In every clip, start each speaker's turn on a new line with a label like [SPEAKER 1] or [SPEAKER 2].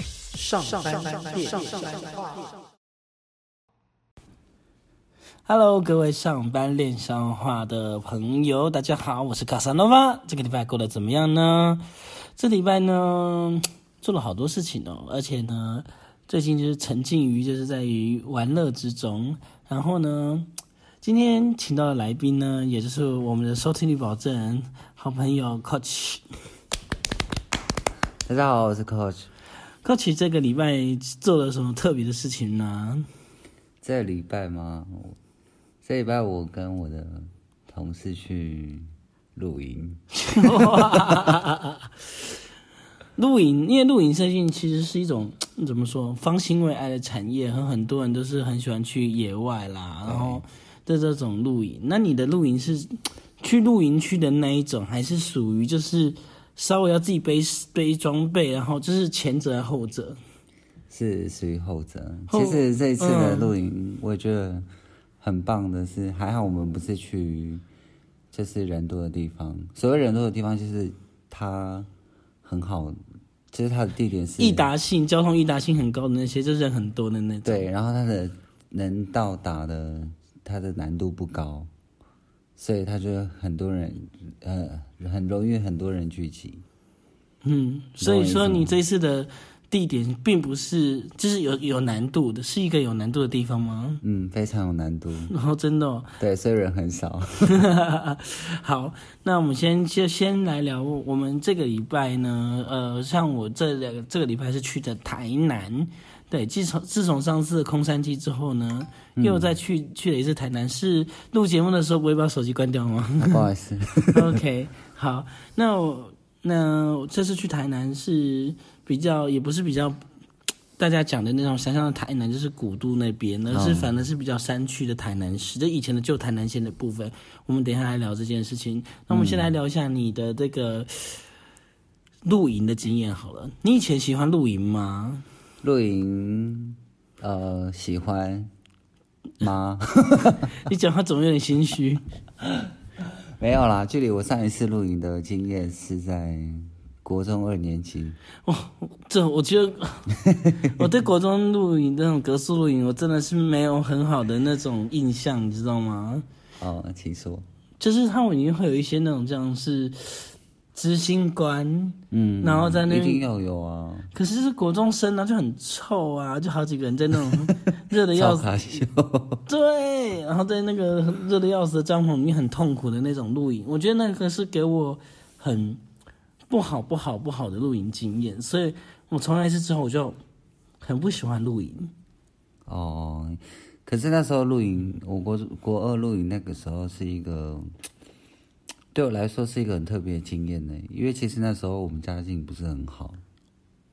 [SPEAKER 1] 上翻遍。
[SPEAKER 2] Hello，各位上班练上话的朋友，大家好，我是卡萨诺瓦。这个礼拜过得怎么样呢？这礼拜呢，做了好多事情哦，而且呢，最近就是沉浸于就是在于玩乐之中。然后呢，今天请到的来宾呢，也就是我们的收听率保证好朋友 Coach。
[SPEAKER 3] 大家好，我是 Coach。
[SPEAKER 2] Coach 这个礼拜做了什么特别的事情呢？
[SPEAKER 3] 这礼拜吗？我这礼拜我跟我的同事去露营，
[SPEAKER 2] 露营，因为露营最近其实是一种怎么说，方兴未艾的产业，和很多人都是很喜欢去野外啦，然后的这种露营。那你的露营是去露营区的那一种，还是属于就是稍微要自己背背装备，然后就是前者还后者？
[SPEAKER 3] 是属于后者。
[SPEAKER 2] 后
[SPEAKER 3] 其实这一次的
[SPEAKER 2] 嗯
[SPEAKER 3] 露营，我觉得很棒的是，还好我们不是去就是人多的地方。所谓人多的地方，就是它很好，就是它的地点是
[SPEAKER 2] 易达性交通易达性很高的那些，就是人很多的那种。
[SPEAKER 3] 对，然后它的能到达的它的难度不高，所以它就很多人呃很容易很多人聚集。
[SPEAKER 2] 嗯，所以说你这次的地点并不是就是有有难度的，是一个有难度的地方吗？
[SPEAKER 3] 嗯，非常有难度。
[SPEAKER 2] 然后真的、哦，
[SPEAKER 3] 对，所以人很 少。
[SPEAKER 2] 好，那我们先就先来聊我们这个礼拜呢，呃，像我这两个这个礼拜是去的台南，对，自从自从上次的空山记之后呢，又再去、去了一次台南，是录节目的时候不会把手机关掉吗
[SPEAKER 3] 不好意思，
[SPEAKER 2] ？OK，好，那我那我这次去台南是比较也不是比较。大家讲的那种想象的台南，就是古都那边，而是反而是比较山区的台南市，就以前的旧台南县的部分。我们等一下来聊这件事情。那我们先来聊一下你的这个露营的经验好了。你以前喜欢露营吗？
[SPEAKER 3] 露营，呃，喜欢吗？
[SPEAKER 2] 你讲话怎么有点心虚？
[SPEAKER 3] 没有啦，距离我上一次露营的经验是在国中二年级。
[SPEAKER 2] 这我觉得我对国中露营那种格数露营，我真的是没有很好的那种印象，你知道吗？
[SPEAKER 3] 哦，请说。
[SPEAKER 2] 就是他们一定会有一些那种这样是知心官，
[SPEAKER 3] 嗯，
[SPEAKER 2] 然后在那
[SPEAKER 3] 一
[SPEAKER 2] 边
[SPEAKER 3] 定要有啊，
[SPEAKER 2] 可是是国中生啊，就很臭啊，就好几个人在那种热的要
[SPEAKER 3] 超
[SPEAKER 2] 死。
[SPEAKER 3] 卡秀。
[SPEAKER 2] 对，然后在那个热的要死的帐篷里面很痛苦的那种露营，我觉得那个是给我很不好、不好、不好的露营经验，所以我从那一次之后我就很不喜欢露营。
[SPEAKER 3] 哦，可是那时候露营，我国国二露营那个时候是一个，对我来说是一个很特别的经验呢，因为其实那时候我们家境不是很好。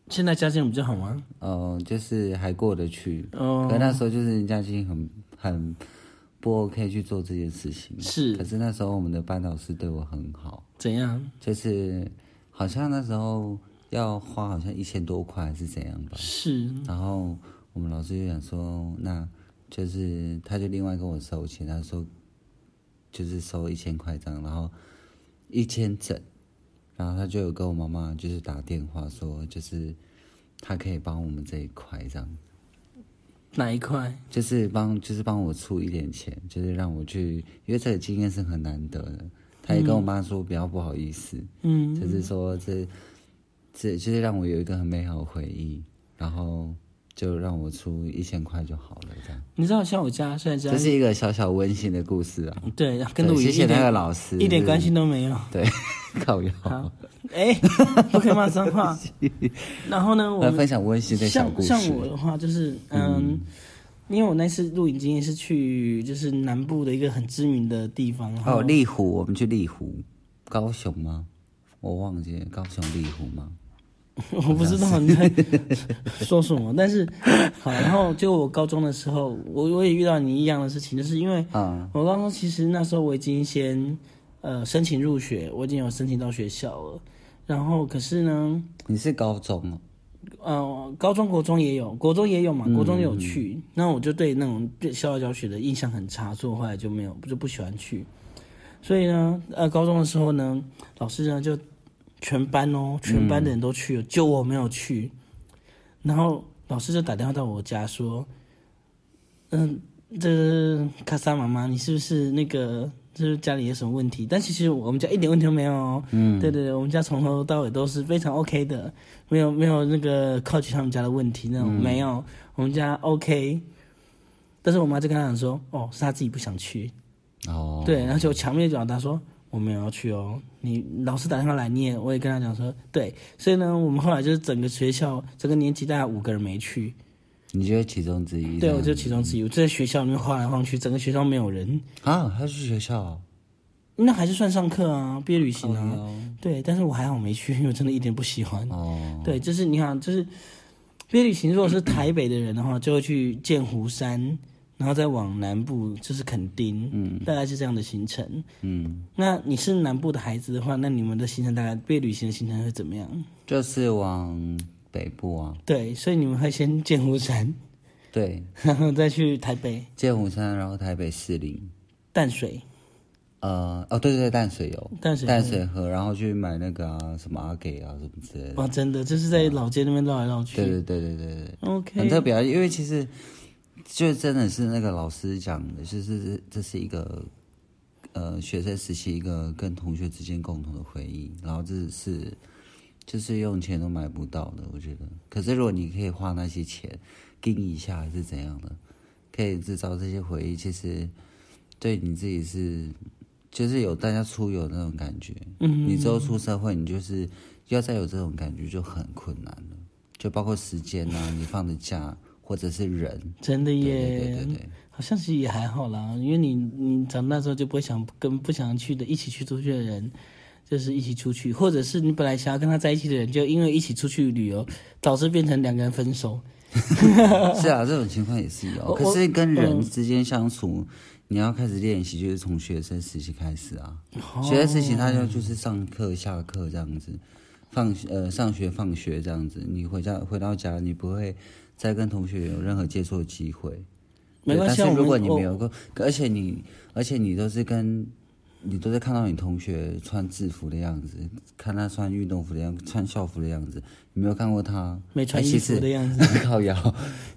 [SPEAKER 2] 现在家境比较好吗？
[SPEAKER 3] 呃，就是还过得去，
[SPEAKER 2] 哦
[SPEAKER 3] 可那时候就是人家已经很很不 OK 去做这件事情。
[SPEAKER 2] 是
[SPEAKER 3] 可是那时候我们的班导师对我很好，
[SPEAKER 2] 怎样？
[SPEAKER 3] 就是好像那时候要花好像一千多块还是怎样吧。
[SPEAKER 2] 是
[SPEAKER 3] 然后我们老师就想说，那就是他就另外跟我收钱，他说就是收一千块这样，然后一千整，然后他就有跟我妈妈就是打电话说，就是他可以帮我们这一块这样，
[SPEAKER 2] 哪一块？
[SPEAKER 3] 就是帮就是帮我出一点钱，就是让我去，因为这个经验是很难得的。他也跟我妈说不要不好意思，
[SPEAKER 2] 嗯，
[SPEAKER 3] 就是说这这就是让我有一个很美好的回忆，然后就让我出一千块就好了，这样。
[SPEAKER 2] 你知道像我家现在
[SPEAKER 3] 这
[SPEAKER 2] 家
[SPEAKER 3] 是一个小小温馨的故事啊，
[SPEAKER 2] 对啊跟
[SPEAKER 3] 对
[SPEAKER 2] 露营
[SPEAKER 3] 谢
[SPEAKER 2] 一
[SPEAKER 3] 谢那个
[SPEAKER 2] 点
[SPEAKER 3] 老师，
[SPEAKER 2] 一点
[SPEAKER 3] 就是
[SPEAKER 2] 关系都没有。
[SPEAKER 3] 对， 靠腰。
[SPEAKER 2] 好，哎、不可以骂脏 话。然后呢，我
[SPEAKER 3] 我要
[SPEAKER 2] 们
[SPEAKER 3] 分享温馨的小故
[SPEAKER 2] 像
[SPEAKER 3] 事，哦
[SPEAKER 2] 像我的话，就是嗯，因为我那次露营经验是去就是南部的一个很知名的地方，然后
[SPEAKER 3] 哦，丽湖，我们去丽湖，高雄吗？我忘记了，高雄丽湖吗？
[SPEAKER 2] 我不知道你在 说什么，但是好，然后就我高中的时候，我我也遇到你一样的事情，就是因为
[SPEAKER 3] 啊、
[SPEAKER 2] 我高中其实那时候我已经先呃申请入学，我已经有申请到学校了，然后可是呢，
[SPEAKER 3] 你是高中哦，
[SPEAKER 2] 呃，高中、国中也有，国中也有嘛，国中也有去。那、我就对那种对校外教学的印象很差，所以我后来就没有，就不喜欢去。所以呢，呃，高中的时候呢，老师呢就全班哦，全班的人都去了，就我没有去。然后老师就打电话到我家说，嗯、这卡莎妈妈，你是不是那个就是家里有什么问题？但其实我们家一点问题都没有、哦，嗯，对对对，我们家从头到尾都是非常 OK 的，没有没有那个 coach 他们家的问题那种，没有，我们家 OK。但是我妈就跟他讲说，哦，是他自己不想去，
[SPEAKER 3] 哦，
[SPEAKER 2] 对，而且我强烈表达说我没有要去哦，你老师打电话来，你也我也跟他讲说对，所以呢，我们后来就是整个学校整个年级大概五个人没去，
[SPEAKER 3] 你觉得其中之一这
[SPEAKER 2] 对
[SPEAKER 3] 样？
[SPEAKER 2] 我就其中之一，我就在学校里面晃来晃去，整个学校没有人，
[SPEAKER 3] 啊，他去学校哦，
[SPEAKER 2] 那还是算上课啊，毕业旅行啊，
[SPEAKER 3] 哦
[SPEAKER 2] 对，但是我还好没去，因为我真的一点不喜欢，
[SPEAKER 3] 哦，
[SPEAKER 2] 对，就是你看，就是毕业旅行，如果是台北的人的话，就会去剑湖山，然后再往南部就是垦丁，嗯，大概是这样的行程。
[SPEAKER 3] 嗯，
[SPEAKER 2] 那你是南部的孩子的话，那你们的行程大概毕业旅行的行程会怎么样？
[SPEAKER 3] 就是往北部啊，
[SPEAKER 2] 对，所以你们会先剑湖山，
[SPEAKER 3] 对，
[SPEAKER 2] 然后再去台北、
[SPEAKER 3] 剑湖山，然后台北士林，
[SPEAKER 2] 淡水，
[SPEAKER 3] 呃，哦，对对对，淡水有
[SPEAKER 2] 淡水嗯
[SPEAKER 3] 淡水河，然后去买那个啊，什么阿给啊，什么之类的，
[SPEAKER 2] 哇，真的就是在老街那边绕来绕
[SPEAKER 3] 对
[SPEAKER 2] 去。
[SPEAKER 3] 对对对对对。很
[SPEAKER 2] OK，
[SPEAKER 3] 特别啊，因为其实就真的是那个老师讲的，就是这这是一个呃学生时期一个跟同学之间共同的回忆，然后这是就是用钱都买不到的，我觉得。可是如果你可以花那些钱盯一下还是怎样的，可以制造这些回忆，其实对你自己是就是有大家出游那种感觉。
[SPEAKER 2] 嗯
[SPEAKER 3] 你之后出社会，你就是要再有这种感觉就很困难了，就包括时间啊，你放的假或者是人，
[SPEAKER 2] 真的
[SPEAKER 3] 对
[SPEAKER 2] 耶。
[SPEAKER 3] 对对对对，
[SPEAKER 2] 好像其实也还好啦，因为你你长大之后就不会想跟不想去的一起去出去的人，就是一起出去，或者是你本来想要跟他在一起的人，就因为一起出去旅游，导致变成两个人分手。
[SPEAKER 3] 是啊，这种情况也是有。
[SPEAKER 2] 我
[SPEAKER 3] 可是跟人之间相处，你要开始练习，就是从学生时期开始啊。
[SPEAKER 2] 哦
[SPEAKER 3] 学生时期他就就是上课、下课这样子，放学呃上学、放学这样子，你回家回到家，你不会再跟同学有任何接触的机会。
[SPEAKER 2] 没关系啊，
[SPEAKER 3] 对但
[SPEAKER 2] 我
[SPEAKER 3] 是如果
[SPEAKER 2] 们
[SPEAKER 3] 你没
[SPEAKER 2] 我
[SPEAKER 3] 有过，而且你而且你都是跟你都是看到你同学穿制服的样子，看他穿运动服的样子，穿校服的样子，你没有看过他
[SPEAKER 2] 没穿衣服的样子，
[SPEAKER 3] 子， 靠腰。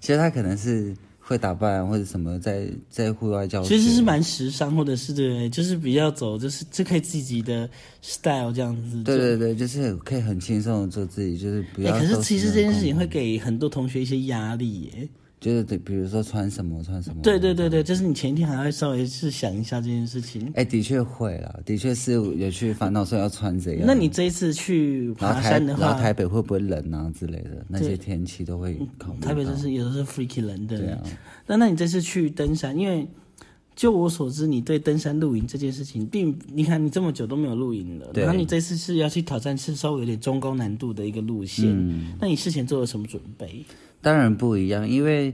[SPEAKER 3] 其实他可能是会打扮或者什么在，在户外教学，
[SPEAKER 2] 其实是蛮时尚，或者是对，就是比较走，就是这可以自己的 style 这样子。
[SPEAKER 3] 对
[SPEAKER 2] 就。
[SPEAKER 3] 对对，就是可以很轻松的做自己，就是不要
[SPEAKER 2] 哎、
[SPEAKER 3] 都
[SPEAKER 2] 可
[SPEAKER 3] 那
[SPEAKER 2] 是
[SPEAKER 3] 种恐怖。
[SPEAKER 2] 其实这件事情会给很多同学一些压力耶。
[SPEAKER 3] 就是对，比如说穿什么穿什么，
[SPEAKER 2] 对对对对，就是你前一天还会稍微去想一下这件事情。
[SPEAKER 3] 哎、的确会啦，的确是有去烦恼说要穿怎样。
[SPEAKER 2] 那你这一次去
[SPEAKER 3] 然
[SPEAKER 2] 爬
[SPEAKER 3] 后台，
[SPEAKER 2] 山的
[SPEAKER 3] 然
[SPEAKER 2] 话，
[SPEAKER 3] 后台北会不会冷啊之类的，那些天气都会考虑到。
[SPEAKER 2] 台北真是有的是 freaky 人的。
[SPEAKER 3] 嗯对啊，
[SPEAKER 2] 那那你这次去登山，因为就我所知，你对登山露营这件事情，并你看你这么久都没有露营了，
[SPEAKER 3] 对
[SPEAKER 2] 然后你这次是要去挑战是稍微有点中高难度的一个路线，
[SPEAKER 3] 嗯
[SPEAKER 2] 那你事前做了什么准备？
[SPEAKER 3] 当然不一样，因为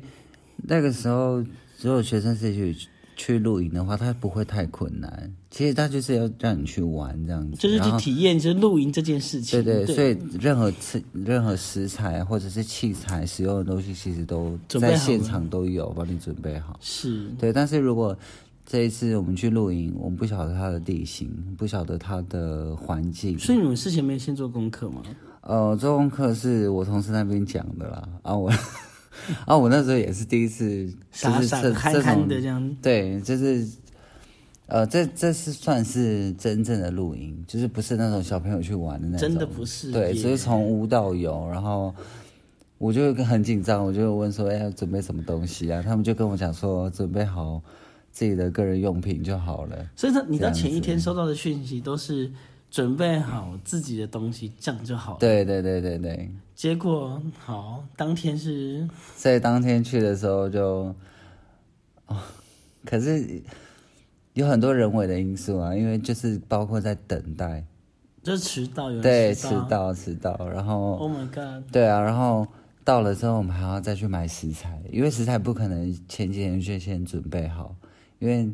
[SPEAKER 3] 那个时候如果学生自己去去露营的话，他不会太困难。其实他就是要让你去玩这样子，
[SPEAKER 2] 就是
[SPEAKER 3] 然
[SPEAKER 2] 去
[SPEAKER 3] 后
[SPEAKER 2] 体验就是露营这件事情，
[SPEAKER 3] 对对，
[SPEAKER 2] 对
[SPEAKER 3] 所以任何吃任何食材或者是器材使用的东西，其实都
[SPEAKER 2] 准备好
[SPEAKER 3] 在
[SPEAKER 2] 了
[SPEAKER 3] 现场都有帮你准备好。
[SPEAKER 2] 是
[SPEAKER 3] 对，但是如果这一次我们去露营，我们不晓得它的地形，不晓得它的环境，
[SPEAKER 2] 所以你们事前没有先做功课吗？
[SPEAKER 3] 呃，做功课是我同事那边讲的啦，啊我， 啊我那时候也是第一次，就
[SPEAKER 2] 傻
[SPEAKER 3] 是
[SPEAKER 2] 傻
[SPEAKER 3] 这
[SPEAKER 2] 憨
[SPEAKER 3] 这
[SPEAKER 2] 憨
[SPEAKER 3] 种
[SPEAKER 2] 的这样，
[SPEAKER 3] 对，就是，呃，这这是算是真正的露营，就是不是那种小朋友去玩的那种，
[SPEAKER 2] 真的不是
[SPEAKER 3] 对，
[SPEAKER 2] 耶
[SPEAKER 3] 所以从无到有，然后我就很紧张，我就问说，哎，要准备什么东西啊？他们就跟我讲说，准备好自己的个人用品就好了。
[SPEAKER 2] 所以说你到前一天收到的讯息都是准备好自己的东西，这样就好了。
[SPEAKER 3] 对对对对对，
[SPEAKER 2] 结果好，当天是
[SPEAKER 3] 所以当天去的时候就，哦，可是有很多人为的因素啊，因为就是包括在等待，
[SPEAKER 2] 就是啊迟到，有
[SPEAKER 3] 对，
[SPEAKER 2] 人
[SPEAKER 3] 迟
[SPEAKER 2] 到。
[SPEAKER 3] 到迟到，然后
[SPEAKER 2] Oh my god！
[SPEAKER 3] 对啊，然后到了之后我们还要再去买食材，因为食材不可能前几天就先准备好，因为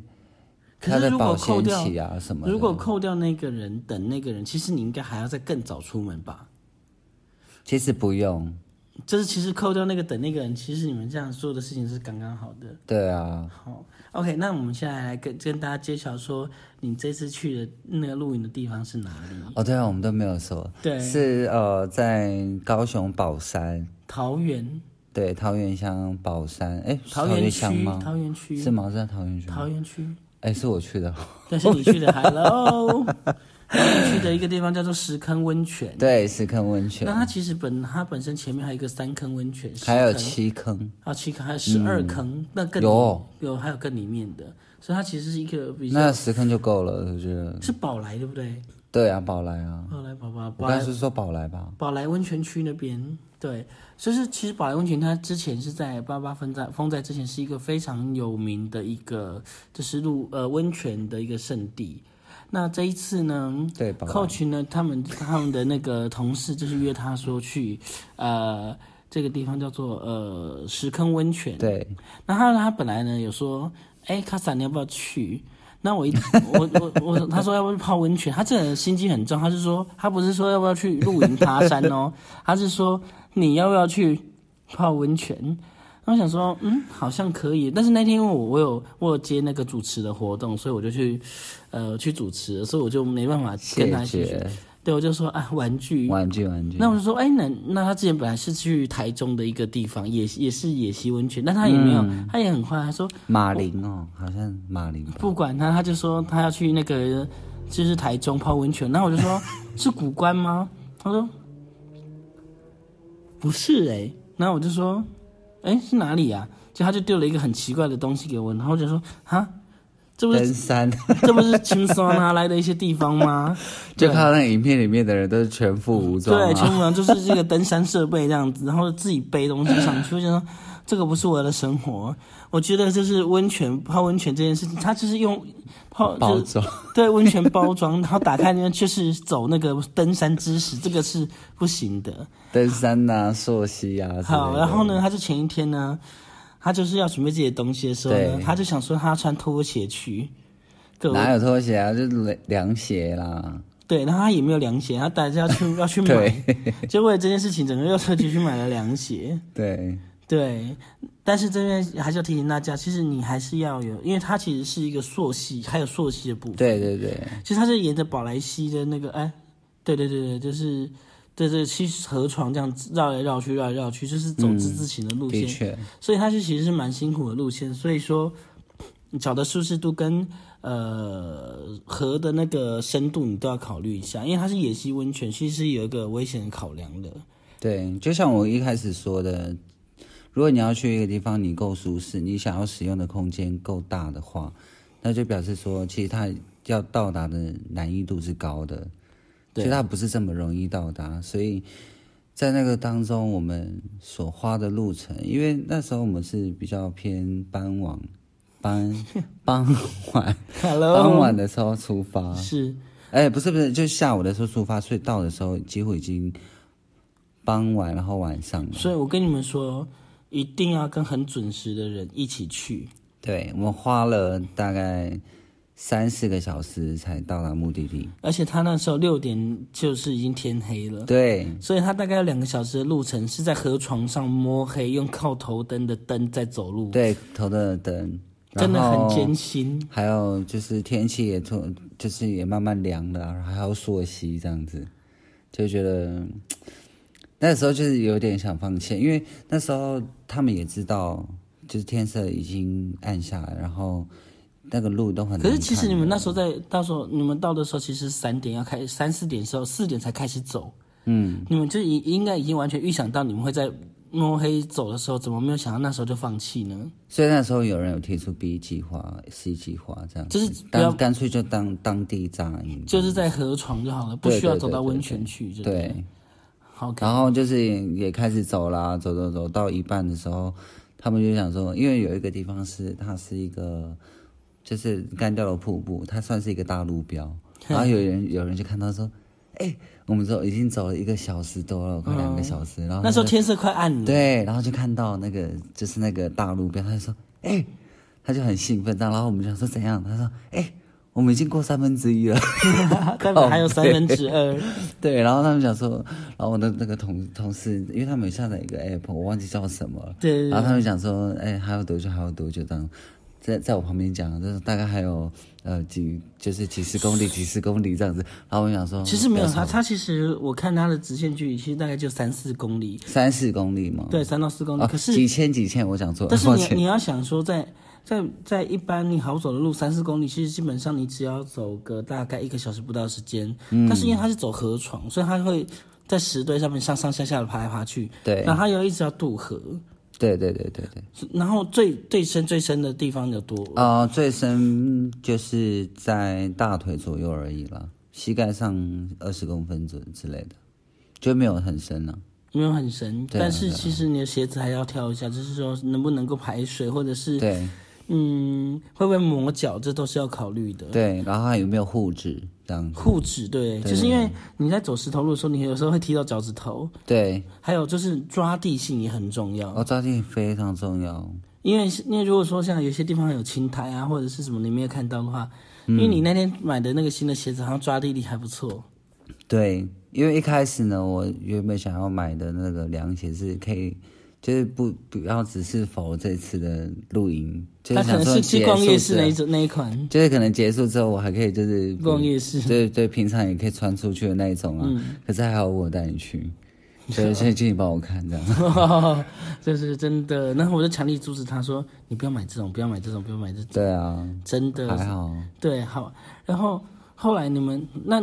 [SPEAKER 3] 它
[SPEAKER 2] 可是
[SPEAKER 3] 的
[SPEAKER 2] 如果
[SPEAKER 3] 保
[SPEAKER 2] 扣
[SPEAKER 3] 鲜
[SPEAKER 2] 掉，
[SPEAKER 3] 期啊什么的。
[SPEAKER 2] 如果扣掉那个人等那个人，其实你应该还要再更早出门吧？
[SPEAKER 3] 其实不用，
[SPEAKER 2] 就是其实扣掉那个等那个人，其实你们这样做的事情是刚刚好的。
[SPEAKER 3] 对啊，
[SPEAKER 2] 好，OK，那我们现在来跟跟大家揭晓说，你这次去的那个露营的地方是哪里？
[SPEAKER 3] 哦对啊，我们都没有说，
[SPEAKER 2] 对
[SPEAKER 3] 是呃在高雄宝山，
[SPEAKER 2] 桃园，
[SPEAKER 3] 对，桃园乡宝山，哎，是
[SPEAKER 2] 桃
[SPEAKER 3] 园
[SPEAKER 2] 园
[SPEAKER 3] 乡
[SPEAKER 2] 区，
[SPEAKER 3] 吗？
[SPEAKER 2] 桃园区，
[SPEAKER 3] 是吗？是在桃园区吗？
[SPEAKER 2] 桃园区，
[SPEAKER 3] 哎，是我去的，
[SPEAKER 2] 但是你去 的 Hello，桃园区的一个地方叫做石坑温泉。
[SPEAKER 3] 对，石坑温泉
[SPEAKER 2] 那，它其实本它本身前面还有一个三坑温泉，
[SPEAKER 3] 还有
[SPEAKER 2] 十坑
[SPEAKER 3] 七坑，
[SPEAKER 2] 啊七坑，还有十二坑，那更
[SPEAKER 3] 有
[SPEAKER 2] 有还有更里面的，所以它其实是一个比较
[SPEAKER 3] 那石坑就够了，我觉得。
[SPEAKER 2] 是宝来对不对？
[SPEAKER 3] 对啊，宝来啊，
[SPEAKER 2] 后来宝宝
[SPEAKER 3] 我
[SPEAKER 2] 宝来
[SPEAKER 3] 刚才是说宝来吧？
[SPEAKER 2] 宝来温泉区那边，对，就是其实宝来温泉它之前是在八八风灾风灾之前是一个非常有名的一个就是露呃温泉的一个圣地。那这一次呢
[SPEAKER 3] 对，宝来。
[SPEAKER 2] ，coach 呢他们他们的那个同事就是约他说去呃这个地方叫做呃石坑温泉。
[SPEAKER 3] 对，
[SPEAKER 2] 然后他本来呢有说，哎、卡萨你要不要去？那我一我我我，他说要不要去泡温泉？他这人心机很重，他是说他不是说要不要去露营爬山哦， 他是说你要不要去泡温泉？然后我想说，嗯，好像可以。但是那天因为我我有我有接那个主持的活动，所以我就去呃去主持了，所以我就没办法跟他
[SPEAKER 3] 谢
[SPEAKER 2] 一起去。
[SPEAKER 3] 谢。
[SPEAKER 2] 对，我就说啊，玩具
[SPEAKER 3] 玩具玩具。
[SPEAKER 2] 那我就说，哎、那那他之前本来是去台中的一个地方，也也是野溪温泉，但他也没有，他也很坏，他说
[SPEAKER 3] 马林哦，好像马林吧。
[SPEAKER 2] 不管他，他就说他要去那个就是台中泡温泉，那我就说是古关吗？他说不是哎、然后我就说，哎、是哪里呀、就他就丢了一个很奇怪的东西给我，然后我就说啊，这不是
[SPEAKER 3] 登山，
[SPEAKER 2] 这不是轻松拿来的一些地方吗？
[SPEAKER 3] 就看到那影片里面的人都是全副武装、啊。
[SPEAKER 2] 对，全部人就是这个登山设备这样子，然后自己背东西上去，我觉得这个不是我的生活。我觉得就是温泉泡温泉这件事情，它就是用泡
[SPEAKER 3] 包
[SPEAKER 2] 就是
[SPEAKER 3] 走。
[SPEAKER 2] 对温泉包装，然后打开那个就是走那个登山知识，这个是不行的。
[SPEAKER 3] 登山呐、溯溪啊之类的。
[SPEAKER 2] 好，然后呢，他就前一天呢，他就是要准备这些东西的时候呢
[SPEAKER 3] 对，
[SPEAKER 2] 他就想说他要穿拖鞋去。各位
[SPEAKER 3] 哪有拖鞋啊？就是凉凉鞋啦。
[SPEAKER 2] 对，然后他也没有凉鞋，他大家要去要去 买，就为了这件事情，整个又特地去买了凉鞋。
[SPEAKER 3] 对，
[SPEAKER 2] 对，但是这边还是要提醒大家，其实你还是要有，因为它其实是一个溯溪，还有溯溪的部分。，
[SPEAKER 3] 对对对，
[SPEAKER 2] 其实它是沿着宝莱溪的那个，哎，对对对对，就是对这个溪河床这样子绕来绕去，绕来绕去，就是走之字形的路
[SPEAKER 3] 嗯的
[SPEAKER 2] 线，
[SPEAKER 3] 确，
[SPEAKER 2] 所以它是其实是蛮辛苦的路线。所以说，你找的舒适度跟呃河的那个深度你都要考虑一下，因为它是野溪温泉，其实是有一个危险的考量 的。
[SPEAKER 3] 对，就像我一开始说的，如果你要去一个地方，你够舒适，你想要使用的空间够大的话，那就表示说，其实它要到达的难易度是高的，其
[SPEAKER 2] 对
[SPEAKER 3] 实它不是这么容易到达，所以。在那个当中，我们所花的路程，因为那时候我们是比较偏傍晚、傍傍晚、
[SPEAKER 2] Hello，
[SPEAKER 3] 傍晚的时候出发，
[SPEAKER 2] 是
[SPEAKER 3] 哎、不是不是，就下午的时候出发，所以到的时候几乎已经傍晚，然后晚上了。
[SPEAKER 2] 所以我跟你们说，一定要跟很准时的人一起去。
[SPEAKER 3] 对，我们花了大概三四个小时才到达目的地。
[SPEAKER 2] 而且他那时候六点就是已经天黑了，
[SPEAKER 3] 对，
[SPEAKER 2] 所以他大概有两个小时的路程是在河床上摸黑，用靠头灯的灯在走路，
[SPEAKER 3] 对，头的灯，
[SPEAKER 2] 真的
[SPEAKER 3] 然
[SPEAKER 2] 很
[SPEAKER 3] 后
[SPEAKER 2] 艰辛。
[SPEAKER 3] 还有就是天气也突，就是也慢慢凉了，然后还要溯溪这样子，就觉得嗯那时候就是有点想放弃，因为那时候他们也知道，就是天色已经暗下来，然后那个路都很难
[SPEAKER 2] 可是其实
[SPEAKER 3] 看
[SPEAKER 2] 你们那时
[SPEAKER 3] 了
[SPEAKER 2] 候在，到时候你们到的时候，其实三点要开，三四点的时候，四点才开始走。嗯，你们就已应该已经完全预想到你们会在摸黑走的时候，怎么没有想到那时候就放弃呢？
[SPEAKER 3] 所以那时候有人有提出 B 计划、C 计划这样子，
[SPEAKER 2] 就是不要
[SPEAKER 3] 干干脆就当当地扎营，
[SPEAKER 2] 就是在河床就好了，不
[SPEAKER 3] 对
[SPEAKER 2] 需要
[SPEAKER 3] 对
[SPEAKER 2] 走
[SPEAKER 3] 对
[SPEAKER 2] 到
[SPEAKER 3] 对
[SPEAKER 2] 温
[SPEAKER 3] 对
[SPEAKER 2] 泉去。就
[SPEAKER 3] 对。
[SPEAKER 2] 好，
[SPEAKER 3] 然后就是也开始走啦，走走走到一半的时候，他们就想说，因为有一个地方是它是一个，就是干掉的瀑布，它算是一个大路标。 然后有人有人就看到说，哎、我们走已经走了一个小时多了，快两个小时。然后
[SPEAKER 2] 那时候
[SPEAKER 3] 他就
[SPEAKER 2] 天色快暗了。
[SPEAKER 3] 对，然后就看到那个就是那个大路标，他就说，哎、他就很兴奋这样。然后我们就想说怎样？他说，哎、我们已经过三分之一了。
[SPEAKER 2] 但还有三分之二，
[SPEAKER 3] 对，然后他们想说，然后我的那个同同事，因为他们有下载一个 app，我忘记叫什么了。
[SPEAKER 2] 对对
[SPEAKER 3] 然后他们想说，哎、还有多久？还有多久？当在在我旁边讲，就是大概还有呃几，就是几十公里，几十公里这样子。然后我想 说，
[SPEAKER 2] 其实没有它，它其实我看它的直线距离其实大概就三四公里，
[SPEAKER 3] 三四公里嘛。
[SPEAKER 2] 对，三到四公里。
[SPEAKER 3] 哦，
[SPEAKER 2] 可是
[SPEAKER 3] 几千几千，我讲错了，
[SPEAKER 2] 但是
[SPEAKER 3] 抱
[SPEAKER 2] 你
[SPEAKER 3] 歉。
[SPEAKER 2] 你要想说在。在在一般你好走的路三四公里，其实基本上你只要走个大概一个小时不到的时间。
[SPEAKER 3] 嗯
[SPEAKER 2] 但是因为它是走河床，所以它会在石堆上面上上下下的爬来爬去。
[SPEAKER 3] 对
[SPEAKER 2] 然后它又一直要渡河，
[SPEAKER 3] 对对对对对。
[SPEAKER 2] 然后最最深最深的地方有多？
[SPEAKER 3] 呃，最深就是在大腿左右而已啦，膝盖上二十公分左之类的，就没有很深了、
[SPEAKER 2] 没有很深，
[SPEAKER 3] 对啊
[SPEAKER 2] 但是其实你的鞋子还要挑一下，就是说能不能够排水，或者是
[SPEAKER 3] 对
[SPEAKER 2] 嗯会不会磨脚，这都是要考虑的。
[SPEAKER 3] 对，然后还有没有护趾这样子？
[SPEAKER 2] 护趾对，就是因为你在走石头路的时候，你有时候会踢到脚趾头，
[SPEAKER 3] 对，
[SPEAKER 2] 还有就是抓地性也很重要，
[SPEAKER 3] 哦，抓地非常重要。
[SPEAKER 2] 因为因为如果说像有些地方有青苔啊，或者是什么你没有看到的话，
[SPEAKER 3] 嗯
[SPEAKER 2] 因为你那天买的那个新的鞋子好像抓地力还不错，
[SPEAKER 3] 对，因为一开始呢，我原本想要买的那个凉鞋是可以，就是不不要只是否这次的露营，就
[SPEAKER 2] 它
[SPEAKER 3] 是
[SPEAKER 2] 可
[SPEAKER 3] 想
[SPEAKER 2] 能
[SPEAKER 3] 说
[SPEAKER 2] 是
[SPEAKER 3] 结
[SPEAKER 2] 去逛
[SPEAKER 3] 束
[SPEAKER 2] 夜
[SPEAKER 3] 之
[SPEAKER 2] 市那
[SPEAKER 3] 后
[SPEAKER 2] 一种那一款
[SPEAKER 3] 就是可能结束之后，我还可以就是
[SPEAKER 2] 逛夜市。嗯
[SPEAKER 3] 对对，平常也可以穿出去的那一种啊。可是还好我有带 你去，所以所以就你帮我看这样。
[SPEAKER 2] 这是真的。然后我就强力阻止他说：“你不要买这种，不要买这种，不要买这种，
[SPEAKER 3] 对啊，
[SPEAKER 2] 真
[SPEAKER 3] 还
[SPEAKER 2] 的。
[SPEAKER 3] 好。”
[SPEAKER 2] 对，好。然后后来你们那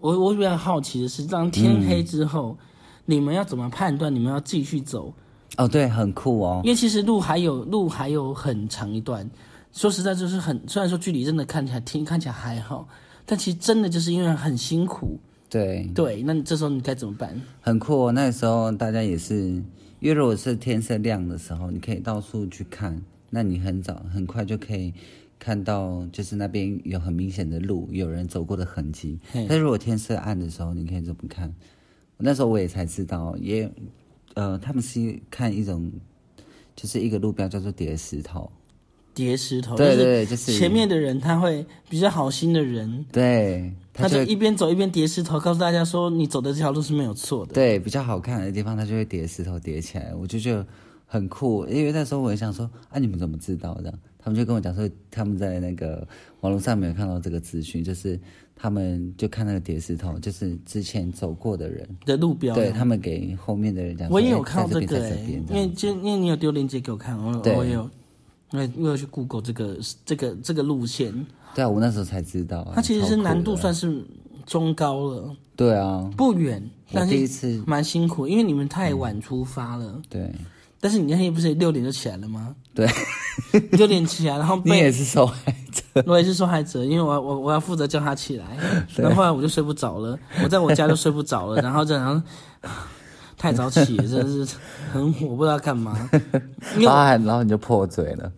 [SPEAKER 2] 我我比较好奇的是，当天黑之后，
[SPEAKER 3] 嗯
[SPEAKER 2] 你们要怎么判断你们要继续走？
[SPEAKER 3] 哦，对，很酷哦。
[SPEAKER 2] 因为其实路还有路还有很长一段。说实在，就是很虽然说距离真的看起来听看起来还好，但其实真的就是因为很辛苦。
[SPEAKER 3] 对，
[SPEAKER 2] 对，那你这时候你该怎么办？
[SPEAKER 3] 很酷哦。那时候大家也是，因为如果是天色亮的时候，你可以到处去看，那你很早很快就可以看到，就是那边有很明显的路，有人走过的痕迹。
[SPEAKER 2] 嘿
[SPEAKER 3] 但是如果天色暗的时候，你可以怎么看？那时候我也才知道，也呃，他们是看一种，就是一个路标叫做叠石头。
[SPEAKER 2] 叠石头，
[SPEAKER 3] 对
[SPEAKER 2] 哦就是
[SPEAKER 3] 对，就是
[SPEAKER 2] 前面的人他会比较好心的人，
[SPEAKER 3] 对，
[SPEAKER 2] 他
[SPEAKER 3] 就
[SPEAKER 2] 就一边走一边叠石头，告诉大家说你走的这条路是没有错的。
[SPEAKER 3] 对比较好看的地方，它就会叠石头叠起来，我就觉得很酷。因为那时候我也想说，啊，你们怎么知道的？他们就跟我讲说，他们在那个网络上没有看到这个资讯，就是他们就看那个叠石头，就是之前走过的人，
[SPEAKER 2] 的路标，
[SPEAKER 3] 对他们给后面的人讲说，
[SPEAKER 2] 我也有
[SPEAKER 3] 哎
[SPEAKER 2] 看到这
[SPEAKER 3] 在这
[SPEAKER 2] 个、
[SPEAKER 3] 边，在
[SPEAKER 2] 欸
[SPEAKER 3] 这边，
[SPEAKER 2] 因
[SPEAKER 3] 这
[SPEAKER 2] 为
[SPEAKER 3] 样。
[SPEAKER 2] 今因为你有丢链接给我看，我
[SPEAKER 3] 对
[SPEAKER 2] 我也有，我也我有去 Google 这个这个这个路线，
[SPEAKER 3] 对啊，我那时候才知道、啊，
[SPEAKER 2] 它其实是
[SPEAKER 3] 超酷的
[SPEAKER 2] 难度算是中高了，
[SPEAKER 3] 对啊，
[SPEAKER 2] 不远，
[SPEAKER 3] 我
[SPEAKER 2] 但
[SPEAKER 3] 第一
[SPEAKER 2] 是
[SPEAKER 3] 次
[SPEAKER 2] 蛮辛苦，因为你们太晚出发了。
[SPEAKER 3] 对，
[SPEAKER 2] 但是你那天不是六点就起来了吗？
[SPEAKER 3] 对，
[SPEAKER 2] 六点起来，然后
[SPEAKER 3] 你
[SPEAKER 2] 被
[SPEAKER 3] 也是受害者，
[SPEAKER 2] 我也是受害者，因为我我我要负责叫他起来，然后后来我就睡不着了，我在我家就睡不着 了，然后这然后 太早起，真是很火，不知道干嘛。因为
[SPEAKER 3] 然后还然后你就破嘴了，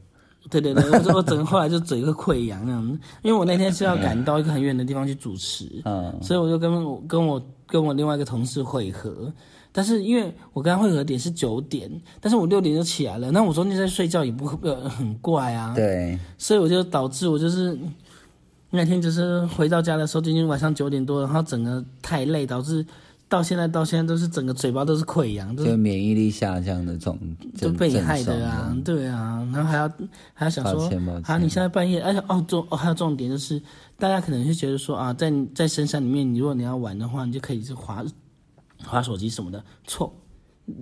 [SPEAKER 2] 对对对，我就我整个后来就嘴会溃疡那样，因为我那天是要赶到一个很远的地方去主持，
[SPEAKER 3] 嗯，
[SPEAKER 2] 所以我就跟我跟我跟我另外一个同事会合，但是因为我跟他会合点是九点，但是我六点就起来了，那我中间在睡觉也不呃很怪啊，
[SPEAKER 3] 对，
[SPEAKER 2] 所以我就导致我就是那天就是回到家的时候，今天晚上九点多，然后整个太累，导致到现在到现在都是整个嘴巴都是溃疡，都
[SPEAKER 3] 就免疫力下降的种
[SPEAKER 2] 都
[SPEAKER 3] 症
[SPEAKER 2] 被你
[SPEAKER 3] 症
[SPEAKER 2] 害
[SPEAKER 3] 状这
[SPEAKER 2] 的
[SPEAKER 3] 样
[SPEAKER 2] 啊，对啊，然后还要还要想
[SPEAKER 3] 抱
[SPEAKER 2] 说
[SPEAKER 3] 歉抱，
[SPEAKER 2] 啊，
[SPEAKER 3] 歉
[SPEAKER 2] 你现在半夜，而且哦重哦还有重点就是，大家可能是觉得说啊，在你在深山里面，你如果你要玩的话，你就可以是滑滑手机什么的，错。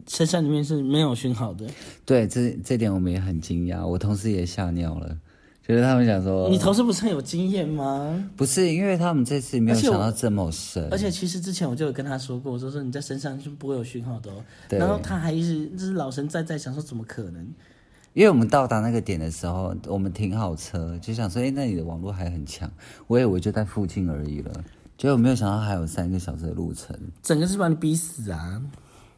[SPEAKER 2] 深山里面是没有讯号的。
[SPEAKER 3] 对，这这点我们也很惊讶，我同事也吓尿了，就是他们想说，
[SPEAKER 2] 你同事不是很有经验吗？
[SPEAKER 3] 不是因为他们这次没有
[SPEAKER 2] 而且我
[SPEAKER 3] 想到这么深，
[SPEAKER 2] 而且其实之前我就有跟他说过，我就说你在身上是不会有讯号的哦。
[SPEAKER 3] 对
[SPEAKER 2] 然后他还一直就是老神在在想说怎么可能？
[SPEAKER 3] 因为我们到达那个点的时候，我们停好车，就想说，哎，那里的网络还很强，我以为就在附近而已了，结果没有想到还有三个小时的路程，
[SPEAKER 2] 整个是把你逼死啊！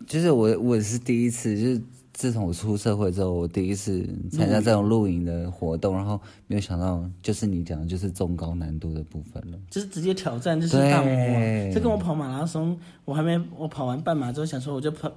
[SPEAKER 3] 就是我我是第一次，就是自从我出社会之后，我第一次参加这种露营的活动，然后没有想到，就是你讲的就是中高难度的部分了，
[SPEAKER 2] 就是直接挑战，就是
[SPEAKER 3] 对
[SPEAKER 2] 大魔王。这跟我跑马拉松，我还没我跑完半马之后，想说我就跑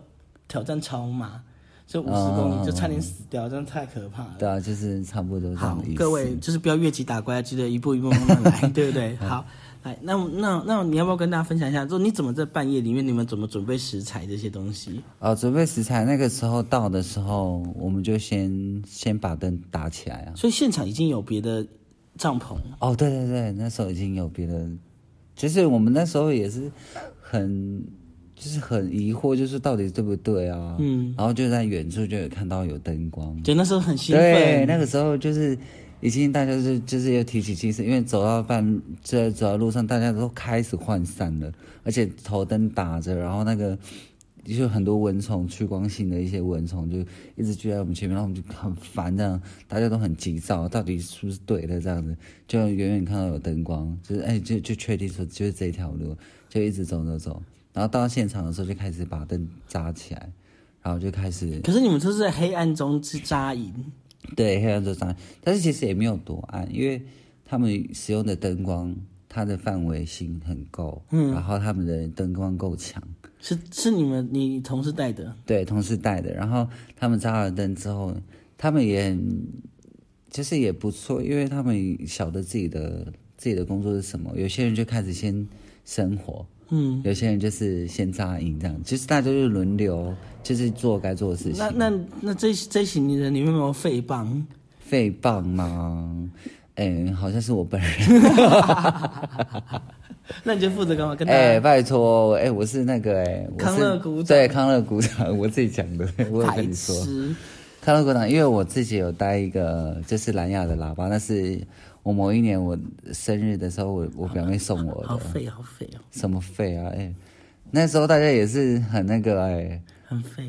[SPEAKER 2] 挑战超马，这五十公里就差点死掉，真的太可怕了。
[SPEAKER 3] 嗯对啊，就是差不多这样
[SPEAKER 2] 好
[SPEAKER 3] 的意，思。
[SPEAKER 2] 各位就是不要越级打怪，记得一步一步慢慢 来，对不对？好，来，那那那你要不要跟大家分享一下，说你怎么在半夜里面，你们怎么准备食材这些东西？
[SPEAKER 3] 哦，准备食材那个时候到的时候，我们就先先把灯打起来啊。
[SPEAKER 2] 所以现场已经有别的帐篷了，
[SPEAKER 3] 哦，对对对，那时候已经有别的，就是我们那时候也是很，就是很疑惑，就是到底对不对啊？
[SPEAKER 2] 嗯，
[SPEAKER 3] 然后就在远处就有看到有灯光，
[SPEAKER 2] 对，那时候很兴
[SPEAKER 3] 对，
[SPEAKER 2] 奋，
[SPEAKER 3] 那个时候就是已经大家就就是又提起精神，因为走到半这走到路上，大家都开始涣散了，而且头灯打着，然后那个。就很多蚊虫，趋光性的一些蚊虫就一直聚在我们前面，然后我们就很烦，这样大家都很急躁，到底是不是对的这样子？就远远看到有灯光，就是哎、就就确定说就是这一条路，就一直走走走，然后到现场的时候就开始把灯扎起来，然后就开始
[SPEAKER 2] 可是你们这是在黑暗中之扎营，
[SPEAKER 3] 对，黑暗中伤害，但是其实也没有多暗，因为他们使用的灯光，它的范围性很够，嗯，然后他们的灯光够强，
[SPEAKER 2] 是是你们你同事带的，
[SPEAKER 3] 对，同事带的，然后他们扎了灯之后，他们也很就是也不错，因为他们晓得自己的自己的工作是什么，有些人就开始先生活，
[SPEAKER 2] 嗯，
[SPEAKER 3] 有些人就是先扎营这样，就是大家就轮流，就是做该做的事情。
[SPEAKER 2] 那那那这这群人里面有没有废棒？
[SPEAKER 3] 废棒吗？哎、好像是我本人。
[SPEAKER 2] 那你就负责干嘛？跟大
[SPEAKER 3] 哎、
[SPEAKER 2] 家
[SPEAKER 3] 拜托，哎、我是那个哎、我是
[SPEAKER 2] 康乐鼓掌
[SPEAKER 3] 对康乐鼓掌，我自己讲的， 我有
[SPEAKER 2] 排
[SPEAKER 3] 跟你说，
[SPEAKER 2] 斥。
[SPEAKER 3] 康乐鼓掌，因为我自己有带一个就是蓝牙的喇叭，那是我某一年我生日的时候，我我表妹送我
[SPEAKER 2] 好
[SPEAKER 3] 的，
[SPEAKER 2] 废，好废哦，
[SPEAKER 3] 什么费啊，哎、那时候大家也是很那个哎、
[SPEAKER 2] 很 废。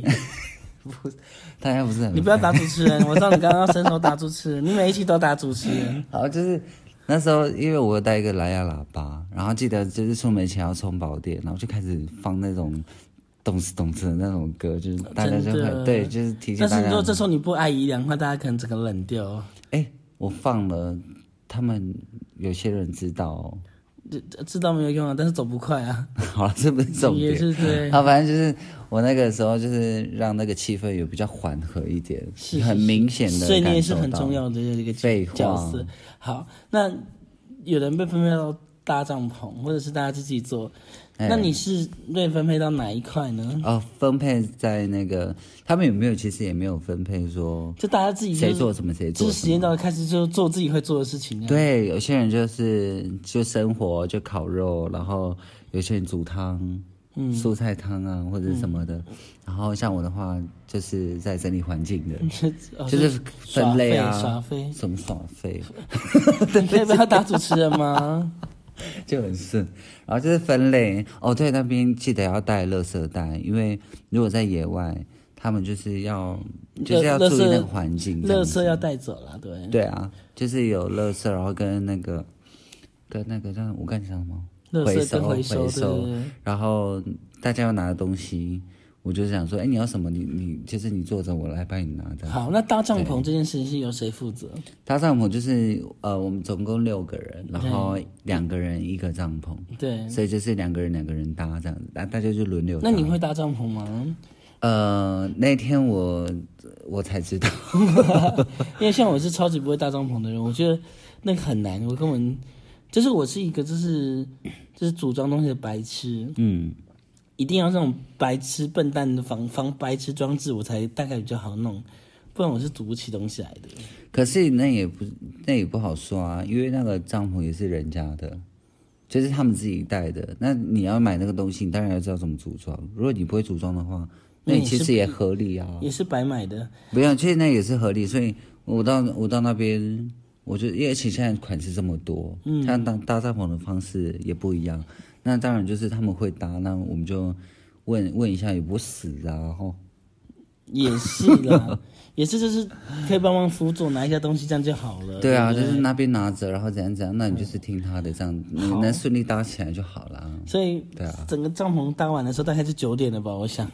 [SPEAKER 3] 大家不是很
[SPEAKER 2] 你不要打主持人，我知道你刚刚伸手打主持人，你每一期都打主持 人。
[SPEAKER 3] 然后就是那时候，因为我有带一个蓝牙喇叭，然后记得就是出门前要充饱电，然后就开始放那种咚哧咚哧的那种歌，就是大家就
[SPEAKER 2] 真的
[SPEAKER 3] 会对，就是提醒
[SPEAKER 2] 但
[SPEAKER 3] 大
[SPEAKER 2] 是如果
[SPEAKER 3] 家。
[SPEAKER 2] 这时候你不爱姨娘的话，大家可能整个冷掉哦。
[SPEAKER 3] 哎，我放了，他们有些人知道、哦，
[SPEAKER 2] 知知道没有用啊，但是走不快啊，
[SPEAKER 3] 好了，这不是 重
[SPEAKER 2] 也
[SPEAKER 3] 点。
[SPEAKER 2] 是对。
[SPEAKER 3] 啊，反正就是我那个时候就是让那个气氛有比较缓和一点，
[SPEAKER 2] 是
[SPEAKER 3] 很明显的，
[SPEAKER 2] 所以你也是很重。要的一个
[SPEAKER 3] 废话
[SPEAKER 2] 角色。好，那有人被分配到搭帐篷，或者是大家自己做，
[SPEAKER 3] 哎
[SPEAKER 2] 那你是被分配到哪一块呢？
[SPEAKER 3] 哦，分配在那个他们有没有？其实也没有分配说
[SPEAKER 2] 就大家自己就
[SPEAKER 3] 谁
[SPEAKER 2] 是
[SPEAKER 3] 做什么，谁做
[SPEAKER 2] 就是
[SPEAKER 3] 什
[SPEAKER 2] 时
[SPEAKER 3] 么。
[SPEAKER 2] 间到了开始就做自己会做的事情啊。
[SPEAKER 3] 对，有些人就是就生活就烤肉，然后有些人煮汤，嗯，蔬菜汤啊或者什么的。
[SPEAKER 2] 嗯
[SPEAKER 3] 然后像我的话，就是在整理环境的，
[SPEAKER 2] 哦，
[SPEAKER 3] 就是
[SPEAKER 2] 耍
[SPEAKER 3] 分类
[SPEAKER 2] 废
[SPEAKER 3] 啊
[SPEAKER 2] 耍，废。
[SPEAKER 3] 什么耍废
[SPEAKER 2] 你可以不要打主持人吗？
[SPEAKER 3] 就很顺。然后就是分类哦，对，那边记得要带垃圾袋，因为如果在野外，他们就是要就是要
[SPEAKER 2] 垃
[SPEAKER 3] 注意那
[SPEAKER 2] 圾
[SPEAKER 3] 个环境，这
[SPEAKER 2] 垃
[SPEAKER 3] 样
[SPEAKER 2] 圾要带走了，对，
[SPEAKER 3] 对啊，就是有垃圾，然后跟那个跟那个叫我刚才讲什么？
[SPEAKER 2] 垃
[SPEAKER 3] 回
[SPEAKER 2] 圾
[SPEAKER 3] 收
[SPEAKER 2] 跟回收，
[SPEAKER 3] 回
[SPEAKER 2] 对对
[SPEAKER 3] 收
[SPEAKER 2] 对。
[SPEAKER 3] 然后大家要拿的东西，我就想说，哎，你要什么？你你就是你坐着，我来帮你拿的。
[SPEAKER 2] 好，那搭帐篷这件事情是由谁负责？
[SPEAKER 3] 搭帐篷就是呃，我们总共六个人，然后两个人一个帐篷，
[SPEAKER 2] 对，
[SPEAKER 3] 所以就是两个人两个人搭这样子，大大家就轮流搭。
[SPEAKER 2] 嗯那你会搭帐篷 吗？
[SPEAKER 3] 呃，那天我我才知道，
[SPEAKER 2] 因为像我是超级不会搭帐篷的人，我觉得那个很难，我根本就是我是一个就是就是组装东西的白痴，
[SPEAKER 3] 嗯，
[SPEAKER 2] 一定要这种白痴笨蛋的防防白痴装置，我才大概比较好弄，不然我是组不起东西来的。
[SPEAKER 3] 可是那也不那也不好说啊，因为那个帐篷也是人家的，就是他们自己带的。那你要买那个东西，你当然要知道怎么组装。如果你不会组装的话，
[SPEAKER 2] 那
[SPEAKER 3] 那你
[SPEAKER 2] 你
[SPEAKER 3] 其
[SPEAKER 2] 嗯是
[SPEAKER 3] 实也合理啊，
[SPEAKER 2] 也是白买的，
[SPEAKER 3] 不要，其实那也是合理。所以我到我到那边，我就因为而且现在款式这么多，嗯，像搭搭帐篷的方式也不一样。那当然就是他们会搭，那我们就问问一下也不死啊，然后
[SPEAKER 2] 也是 啦，也是就是可以帮忙辅佐拿一下东西，这样就好了。
[SPEAKER 3] 对啊，
[SPEAKER 2] 不
[SPEAKER 3] 就是那边拿着，然后怎样怎样，那你就是听他的，这样你能顺利搭起来就好了。
[SPEAKER 2] 所以整个帐篷搭完的时候大概是九点了吧，我想。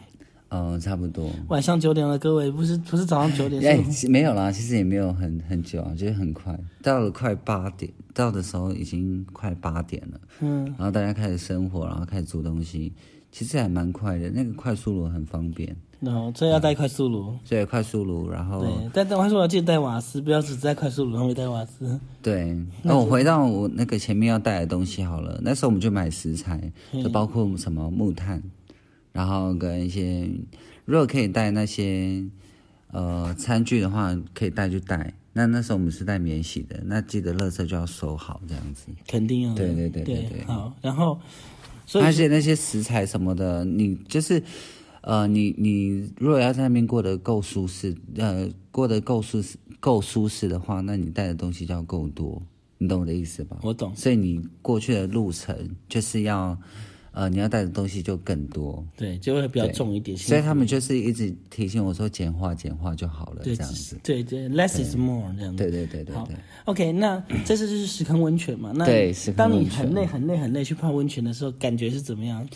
[SPEAKER 3] 啊、嗯，差不多。
[SPEAKER 2] 晚上九点了，各位，不是不是早上九点，
[SPEAKER 3] 哎、
[SPEAKER 2] 是
[SPEAKER 3] 其没有啦，其实也没有很很久啊，就是很快，到了快八点，到的时候已经快八点了，
[SPEAKER 2] 嗯，
[SPEAKER 3] 然后大家开始生火，然后开始煮东西，其实还蛮快的，那个快速炉很方便，
[SPEAKER 2] 然后这要带快速炉。
[SPEAKER 3] 所以快速炉，然后
[SPEAKER 2] 对，但但快速炉要记得带瓦斯，不要只在快速炉上面带瓦斯。
[SPEAKER 3] 对，那我回到我那个前面要带的东西好了。那时候我们就买食材，
[SPEAKER 2] 嗯
[SPEAKER 3] 就包括什么木炭，然后跟一些，如果可以带那些呃餐具的话，可以带就带。那那时候我们是带免洗的，那记得垃圾就要收好这样子。
[SPEAKER 2] 肯定要的。
[SPEAKER 3] 对对对对对
[SPEAKER 2] 好，然后所以
[SPEAKER 3] 而且那些食材什么的，你就是，呃，你你如果要在那边过得够舒适，呃，过得够舒适够舒适的话，那你带的东西就要够多，你懂我的意思吧？
[SPEAKER 2] 我懂。
[SPEAKER 3] 所以你过去的路程就是要，呃，你要带的东西就更多。
[SPEAKER 2] 对就会比较重一点。
[SPEAKER 3] 所以他们就是一直提醒我说简化简化就好了，这
[SPEAKER 2] 对
[SPEAKER 3] 样子。
[SPEAKER 2] 对对，less is more 这样子。
[SPEAKER 3] 对对对对
[SPEAKER 2] 好
[SPEAKER 3] 对，
[SPEAKER 2] OK，那这次就是石坑温泉嘛？那
[SPEAKER 3] 对石
[SPEAKER 2] 当
[SPEAKER 3] 坑温
[SPEAKER 2] 你
[SPEAKER 3] 泉
[SPEAKER 2] 很累、很累、很累去泡温泉的时候，感觉是怎么样？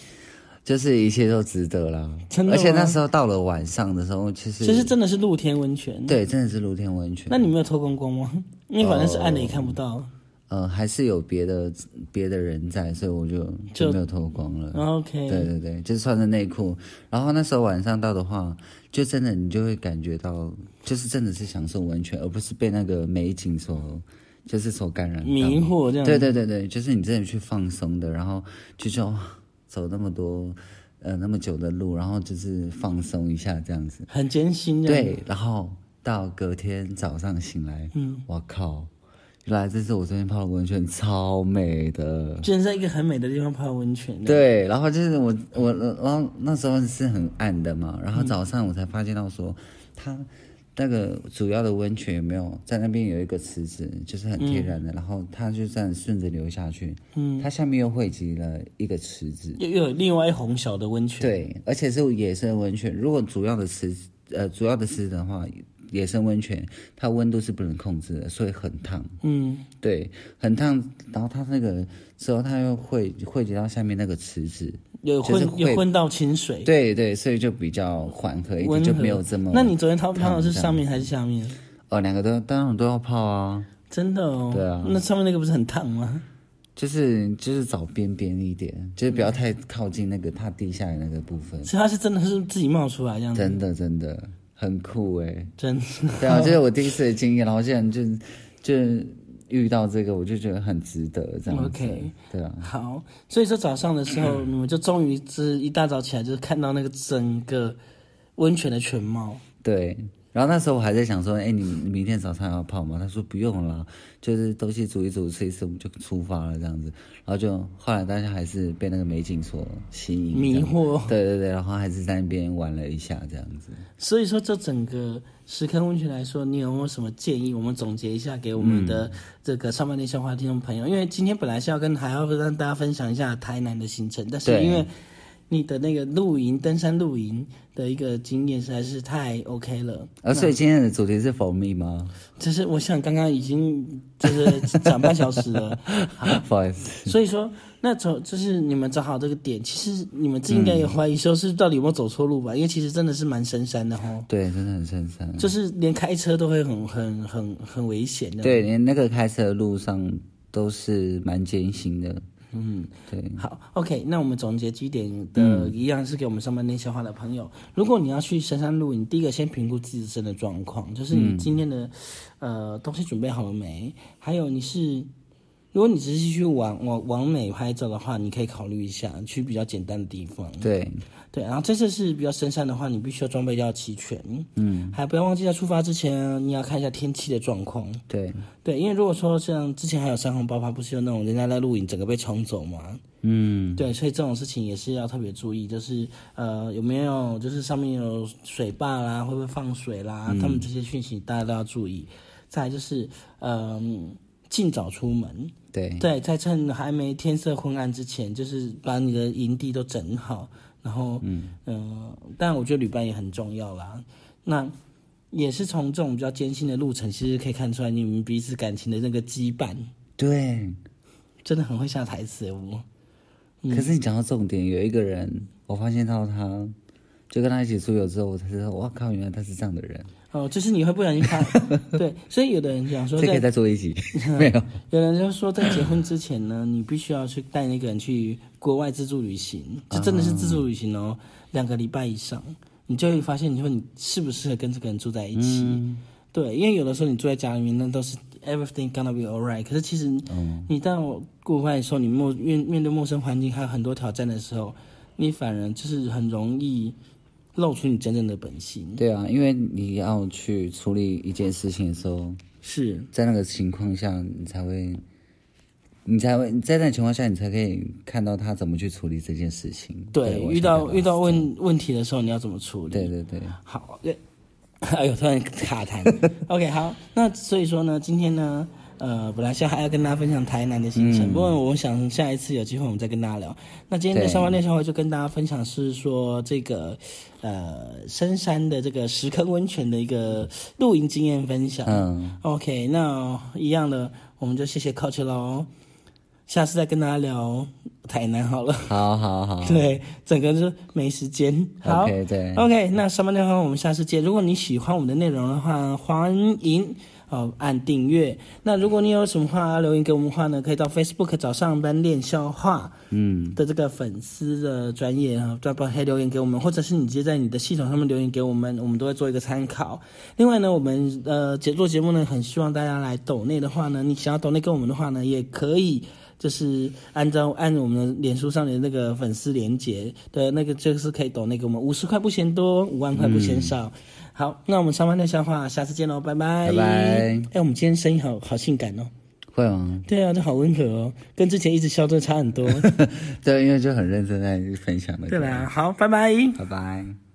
[SPEAKER 3] 就是一切都值得啦。
[SPEAKER 2] 真的吗
[SPEAKER 3] 而且那时候到了晚上的时候，其实
[SPEAKER 2] 其实真的是露天温泉。，
[SPEAKER 3] 对，真的是露天温泉。
[SPEAKER 2] 那你没有脱光光吗？因为反正是暗的，也看不到。
[SPEAKER 3] 呃，还是有别的别的人在，所以我就
[SPEAKER 2] 就
[SPEAKER 3] 就没有脱光了。
[SPEAKER 2] OK，
[SPEAKER 3] 哦对对对，就是穿着内裤，然后那时候晚上到的话，就真的你就会感觉到，就是真的是享受温泉，而不是被那个美景所，就是所感染到
[SPEAKER 2] 迷。惑这样。
[SPEAKER 3] 对对对对，就是你真的去放松的，然后就就走那么多，呃，那么久的路，然后就是放松一下这样子。
[SPEAKER 2] 很艰辛这样。
[SPEAKER 3] 对，然后到隔天早上醒来，嗯，我靠，原来这是我这边泡的温泉，超美的。
[SPEAKER 2] 居然在一个很美的地方泡温泉。，
[SPEAKER 3] 对，然后就是我我然后那时候是很暗的嘛，然后早上我才发现到说，它那个主要的温泉有没有在那边有一个池子，就是很天然的，然后它就这样顺着流下去，嗯，它下面又汇集了一个池子，
[SPEAKER 2] 又又有另外一红小的温泉。
[SPEAKER 3] 对，而且是野生温泉。如果主要的池呃主要的池的话，野生温泉它温度是不能控制的，所以很烫。
[SPEAKER 2] 嗯，
[SPEAKER 3] 对，很烫。然后它那个之后，它又汇汇集到下面那个池子。
[SPEAKER 2] 有
[SPEAKER 3] 就是
[SPEAKER 2] 混有
[SPEAKER 3] 会
[SPEAKER 2] 混到清水。
[SPEAKER 3] 对对，所以就比较缓和一
[SPEAKER 2] 温
[SPEAKER 3] 点，就
[SPEAKER 2] 和
[SPEAKER 3] 没有这么。
[SPEAKER 2] 那你昨天泡
[SPEAKER 3] 烫
[SPEAKER 2] 泡的是
[SPEAKER 3] 这样
[SPEAKER 2] 上面还是下面？
[SPEAKER 3] 哦，两个都当然都要泡啊，
[SPEAKER 2] 真的哦。
[SPEAKER 3] 对啊
[SPEAKER 2] 那上面那个不是很烫吗？
[SPEAKER 3] 就是就是找边边一点，就是不要太靠近那个它滴下来那个部分。
[SPEAKER 2] 所以它是真的是自己冒出来这样子。
[SPEAKER 3] 真的真的很酷哎、
[SPEAKER 2] 真
[SPEAKER 3] 对啊，这是我第一次的经验，然后现在就就遇到这个，我就觉得很值得这样子。
[SPEAKER 2] OK
[SPEAKER 3] 对啊，
[SPEAKER 2] 好，所以说早上的时候，
[SPEAKER 3] 嗯
[SPEAKER 2] 你们就终于是一大早起来，就是看到那个整个温泉的全貌。
[SPEAKER 3] 对。然后那时候我还在想说，哎，你你明天早上要泡吗？他说不用啦，就是东西煮一煮，吃一吃，我们就出发了这样子。然后就后来大家还是被那个美景所吸引，
[SPEAKER 2] 迷
[SPEAKER 3] 这样
[SPEAKER 2] 惑
[SPEAKER 3] 对对对，然后还是在那边玩了一下这样子。啊
[SPEAKER 2] 所以说，这整个石坑温泉来说，你有没有什么建议？我们总结一下给我
[SPEAKER 3] 嗯
[SPEAKER 2] 们的这个上半年消化听众朋友，因为今天本来是要跟还要让大家分享一下台南的行程，但是
[SPEAKER 3] 对
[SPEAKER 2] 因为你的那个露营、登山露营的一个经验实在是太 OK 了，
[SPEAKER 3] 呃，所以今天的主题是 for me 吗？
[SPEAKER 2] 就是我想刚刚已经就是讲半小时了，
[SPEAKER 3] 不好意思，
[SPEAKER 2] 所以说，那从就是你们找好这个点，其实你们自己应该也怀疑说是到底有没有走错路吧，因为其实真的是蛮深山的吼，
[SPEAKER 3] 对，真的很深山。
[SPEAKER 2] 就是连开车都会很很很很危险的。，
[SPEAKER 3] 对，连那个开车的路上都是蛮艰辛的。嗯，对，
[SPEAKER 2] 好，OK，那我们总结几点的，一样是给我们上半天消化的朋友，如果你要去深山露营，第一个先评估自身的状况，就是你今天的、呃东西准备好了没，还有你是。如果你只是去往往往美拍照的话，你可以考虑一下去比较简单的地方。
[SPEAKER 3] 对，
[SPEAKER 2] 对，然后这次是比较深山的话，你必须要装备要齐全，嗯，还不要忘记在出发之前啊你要看一下天气的状况，
[SPEAKER 3] 对，
[SPEAKER 2] 对，因为如果说像之前还有山洪爆发，不是有那种人家在露营整个被冲走嘛，
[SPEAKER 3] 嗯，
[SPEAKER 2] 对，所以这种事情也是要特别注意，就是呃有没有就是上面有水坝啦，会不会放水啦，他们这些讯息大家都要注意。再来就是嗯、尽早出门，
[SPEAKER 3] 对，
[SPEAKER 2] 对，在趁还没天色昏暗之前，就是把你的营地都整好，然后，嗯，呃，但我觉得旅伴也很重要啦。那也是从这种比较艰辛的路程，其实可以看出来你们彼此感情的那个羁绊，
[SPEAKER 3] 对。
[SPEAKER 2] 真的很会下台词哦。
[SPEAKER 3] 可是你讲到重点，有一个人，我发现到他，就跟他一起出游之后，我才知道，哇靠，原来他是这样的人，
[SPEAKER 2] 哦，就是你会不小心看，对，所以有的人讲说
[SPEAKER 3] 这可以
[SPEAKER 2] 在，
[SPEAKER 3] 再做 一集，没有，
[SPEAKER 2] 有人就说在结婚之前呢，你必须要去带那个人去国外自助旅行，这真的是自助旅行哦，两个礼拜以上，你就会发现你说你适不适合跟这个人住在一起，
[SPEAKER 3] 嗯
[SPEAKER 2] 对，因为有的时候你住在家里面，那都是 everything gonna be alright，可是其实
[SPEAKER 3] 嗯
[SPEAKER 2] 你到国外的时候，你陌面面对陌生环境还有很多挑战的时候，你反而就是很容易露出你真正的本性，
[SPEAKER 3] 对啊，因为你要去处理一件事情的时候，
[SPEAKER 2] 是。
[SPEAKER 3] 在那个情况下，你才会，你才会在那个情况下，你才可以看到他怎么去处理这件事情。
[SPEAKER 2] 对，
[SPEAKER 3] 我
[SPEAKER 2] 遇
[SPEAKER 3] 想大
[SPEAKER 2] 到
[SPEAKER 3] 概
[SPEAKER 2] 遇到
[SPEAKER 3] 是这样，
[SPEAKER 2] 问问题的时候，你要怎么处理？
[SPEAKER 3] 对对对，
[SPEAKER 2] 好，对，哎呦，突然卡 痰。OK，好，那所以说呢，今天呢，呃，本来是还要跟大家分享台南的行程，不过我想下一次有机会我们再跟大家聊。那今天的
[SPEAKER 3] 嗯对
[SPEAKER 2] 上班练习会就跟大家分享是说这个呃深山的这个石坑温泉的一个露营经验分享。
[SPEAKER 3] 嗯，
[SPEAKER 2] OK，那一样的，我们就谢谢 Coach 喽，下次再跟大家聊台南好了。
[SPEAKER 3] 好好好
[SPEAKER 2] 对，整个就是没时间。好
[SPEAKER 3] 哦，OK，对，
[SPEAKER 2] OK，那上班的话我们下次见。如果你喜欢我们的内容的话，欢迎哦按订阅。那如果你有什么话留言给我们的话呢，可以到 Facebook 找上班练笑话
[SPEAKER 3] 嗯，
[SPEAKER 2] 的这个粉丝的专业啊，专帮可以留言给我们，或者是你直接在你的系统上面留言给我们，我们都会做一个参考。另外呢，我们呃节做节目呢，很希望大家来抖内的话呢，你想要抖内跟我们的话呢，也可以。就是按照按我们的脸书上的那个粉丝连接的那个，就是可以抖那个我们五十块不嫌多，五万块不
[SPEAKER 3] 嗯
[SPEAKER 2] 嫌少。好，那我们上班的笑话，下次见喽，拜拜
[SPEAKER 3] 拜拜
[SPEAKER 2] 哎、我们今天声音好好性感哦。
[SPEAKER 3] 会吗？
[SPEAKER 2] 对啊，这好温和哦，跟之前一直笑真的差很多。
[SPEAKER 3] 对，因为就很认真在分享的。
[SPEAKER 2] 对啦，好，拜拜。
[SPEAKER 3] 拜拜。